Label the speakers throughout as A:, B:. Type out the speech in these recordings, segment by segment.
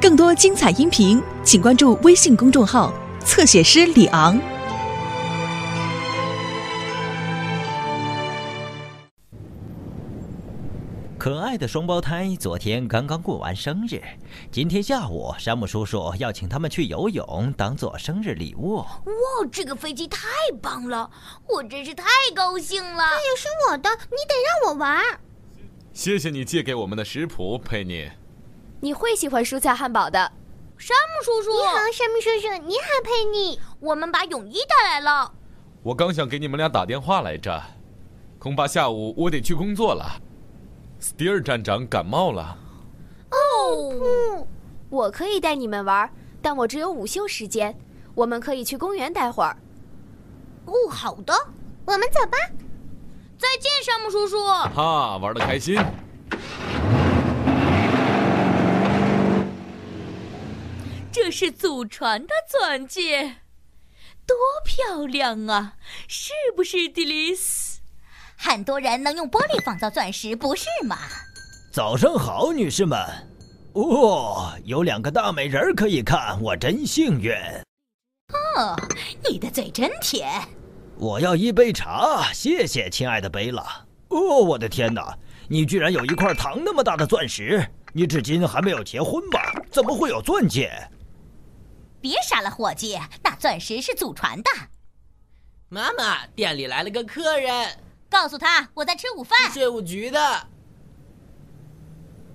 A: 更多精彩音频，请关注微信公众号“侧写师李昂”。
B: 可爱的双胞胎昨天刚刚过完生日，今天下午山姆叔叔要请他们去游泳，当做生日礼物。
C: 哇，哦这个飞机太棒了，我真是太高兴了！
D: 也哎是我的，你得让我玩。
E: 谢谢你借给我们的食谱，佩妮。
F: 你会喜欢蔬菜汉堡的。
C: 山姆叔叔，
D: 你好，山姆叔叔，你好，佩妮。
C: 我们把泳衣带来了。
E: 我刚想给你们俩打电话来着，恐怕下午我得去工作了。斯蒂尔站长感冒了，
D: 不，
F: 我可以带你们玩，但我只有午休时间。我们可以去公园待会儿。
C: 哦，好的，
D: 我们走吧。
C: 再见，山姆叔叔。
E: 哈，玩的开心。
G: 这是祖传的钻戒，多漂亮啊！是不是，迪丽斯？
C: 很多人能用玻璃仿造钻石，不是吗？
B: 早上好，女士们。哦，有两个大美人儿可以看，我真幸运。
C: 哦，你的嘴真甜。
B: 我要一杯茶，谢谢，亲爱的贝拉。哦，我的天哪，你居然有一块糖那么大的钻石！你至今还没有结婚吧？怎么会有钻戒？
C: 别傻了，伙计，那钻石是祖传的。
H: 妈妈，店里来了个客人，
C: 告诉他我在吃午饭。
H: 税务局的。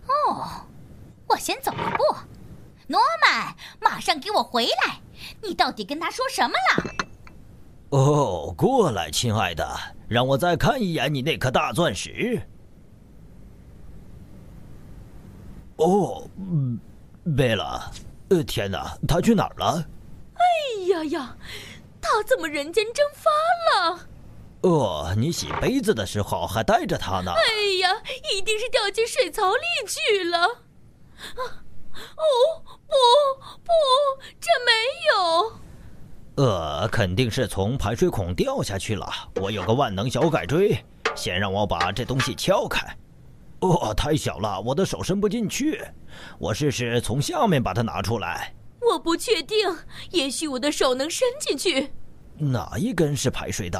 C: 哦，我先走一步。诺曼，马上给我回来！你到底跟他说什么了？
B: 哦，过来，亲爱的，让我再看一眼你那颗大钻石。哦，嗯，贝拉，呃，天哪，他去哪儿了？
G: 哎呀呀，他怎么人间蒸发了？
B: 哦，你洗杯子的时候还带着它呢。
G: 哎呀，一定是掉进水槽里去了。啊，哦，不不，这没有。
B: 呃，肯定是从排水孔掉下去了。我有个万能小改锥，先让我把这东西撬开。哦，太小了，我的手伸不进去。我试试从下面把它拿出来。
G: 我不确定，也许我的手能伸进去。
B: 哪一根是排水的？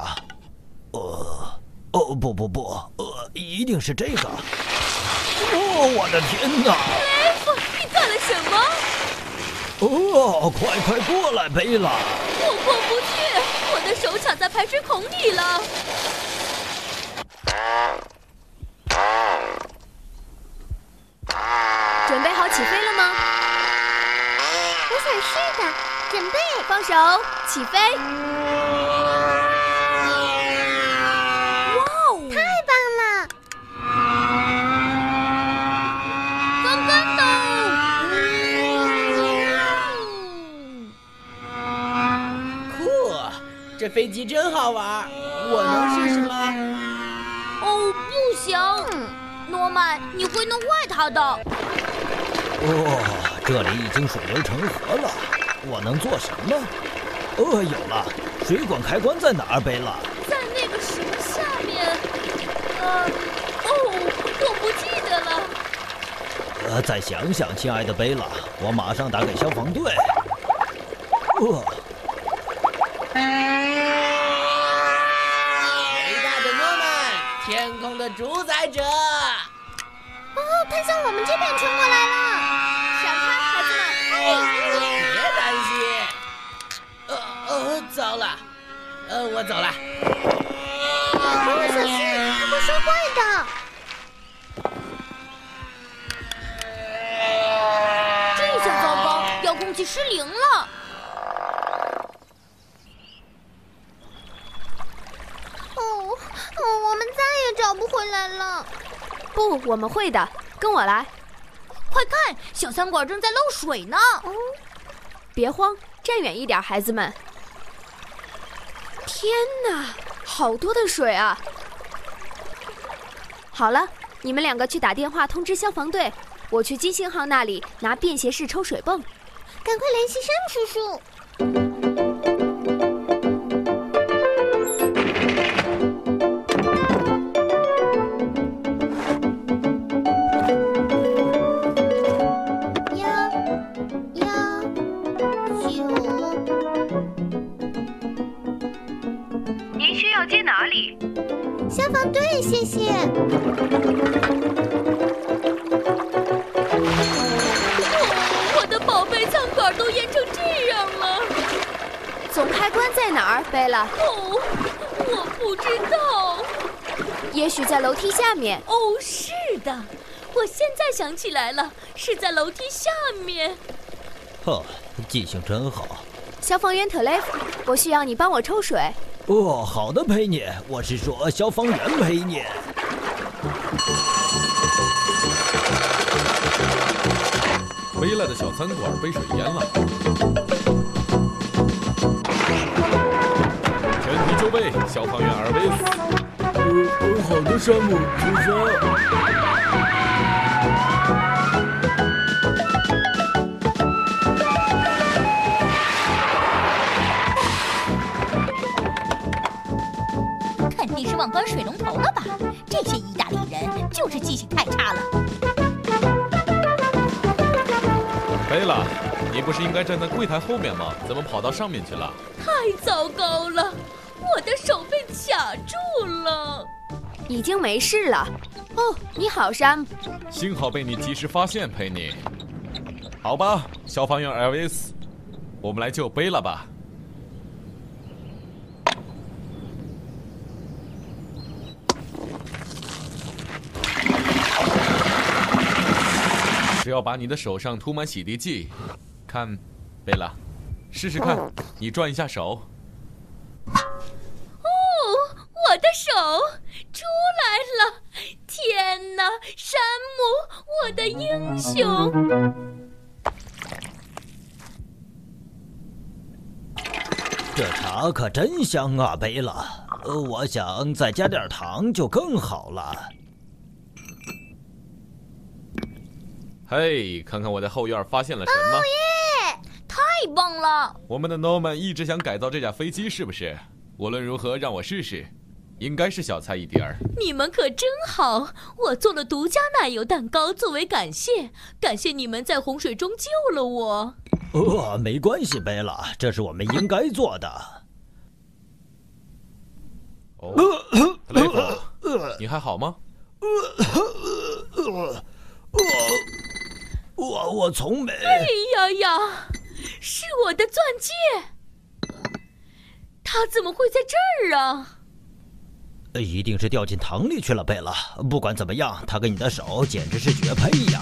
B: 呃，哦不不不，呃，一定是这个。哦，我的天哪！
G: 哦，你干了什么？
B: 哦，快快过来，贝拉！
G: 我过不去，我的手卡在排水孔里了。
F: 准备好起飞了吗？
D: 我想是的，准备。
F: 放手，起飞！哦
D: 太棒了！
C: 刚刚的
H: 酷，哦这飞机真好玩，我能试试吗？
C: 哦，不行，诺曼，你会弄坏它的。
B: 哦，这里已经水流成河了，我能做什么？哦，有了，水管开关在哪儿，贝拉？
G: 在那个什么下面，呃，哦，我不记得了。
B: 呃，再想想，亲爱的贝拉，我马上打给消防队。哦，
H: 伟大的诺曼，天空的主宰者。
D: 哦，它向我们这边冲过来了。
F: 闪开，孩子们！
D: 哎
H: 别担心。呃哦，糟了，呃，我走了。
D: 小心，它会摔坏的。
C: 这下糟糕，遥控器失灵了。
D: 哦，哦，我们再也找不回来了。
F: 不，我们会的，跟我来，
C: 快看，小餐馆正在漏水呢。
D: 哦
F: 别慌，站远一点，孩子们。天哪，好多的水啊！好了，你们两个去打电话通知消防队，我去金星号那里拿便携式抽水泵。
D: 赶快联系山姆叔叔。消防队，谢谢。
G: 我的宝贝餐馆都淹成这样了。
F: 总开关在哪儿，贝拉？
G: 哦，我不知道。
F: 也许在楼梯下面。
G: 哦，是的，我现在想起来了，是在楼梯下面。
B: 呵，记性真好。
F: 消防员特雷弗，我需要你帮我抽水。
B: 哦，好的，佩妮，我是说消防员佩妮。
E: 贝拉的小餐馆被水淹了，全体就位，消防员尔维斯，
B: 哦好的，山姆先生。
C: 肯定是忘关水龙头了吧？这些意大利人就是记性太差了。
E: 贝拉，你不是应该站在柜台后面吗？怎么跑到上面去了？
G: 太糟糕了，我的手被卡住了。
F: 已经没事了。哦，你好，山姆。
E: 幸好被你及时发现，佩妮。好吧，消防员 Elvis，我们来救贝拉吧。只要把你的手上涂满洗涤剂，看，贝拉，试试看，你转一下手。
G: 哦，我的手出来了！天哪，啊山姆，我的英雄！
B: 这茶可真香啊，贝拉。呃，我想再加点糖就更好了。
E: 嘿，看看我在后院发现了什么？
C: 太棒了！
E: 我们的 Norman 一直想改造这架飞机，是不是？无论如何，让我试试，应该是小菜一碟儿。
G: 你们可真好，我做了独家奶油蛋糕作为感谢，感谢你们在洪水中救了我。
B: 哦，没关系，贝拉，这是我们应该做的。
E: 哦，雷普，你还好吗？
B: 我哦我从没。
G: 哎呀呀，是我的钻戒，它怎么会在这儿啊？
B: 一定是掉进糖里去了，贝拉。不管怎么样，他跟你的手简直是绝配呀！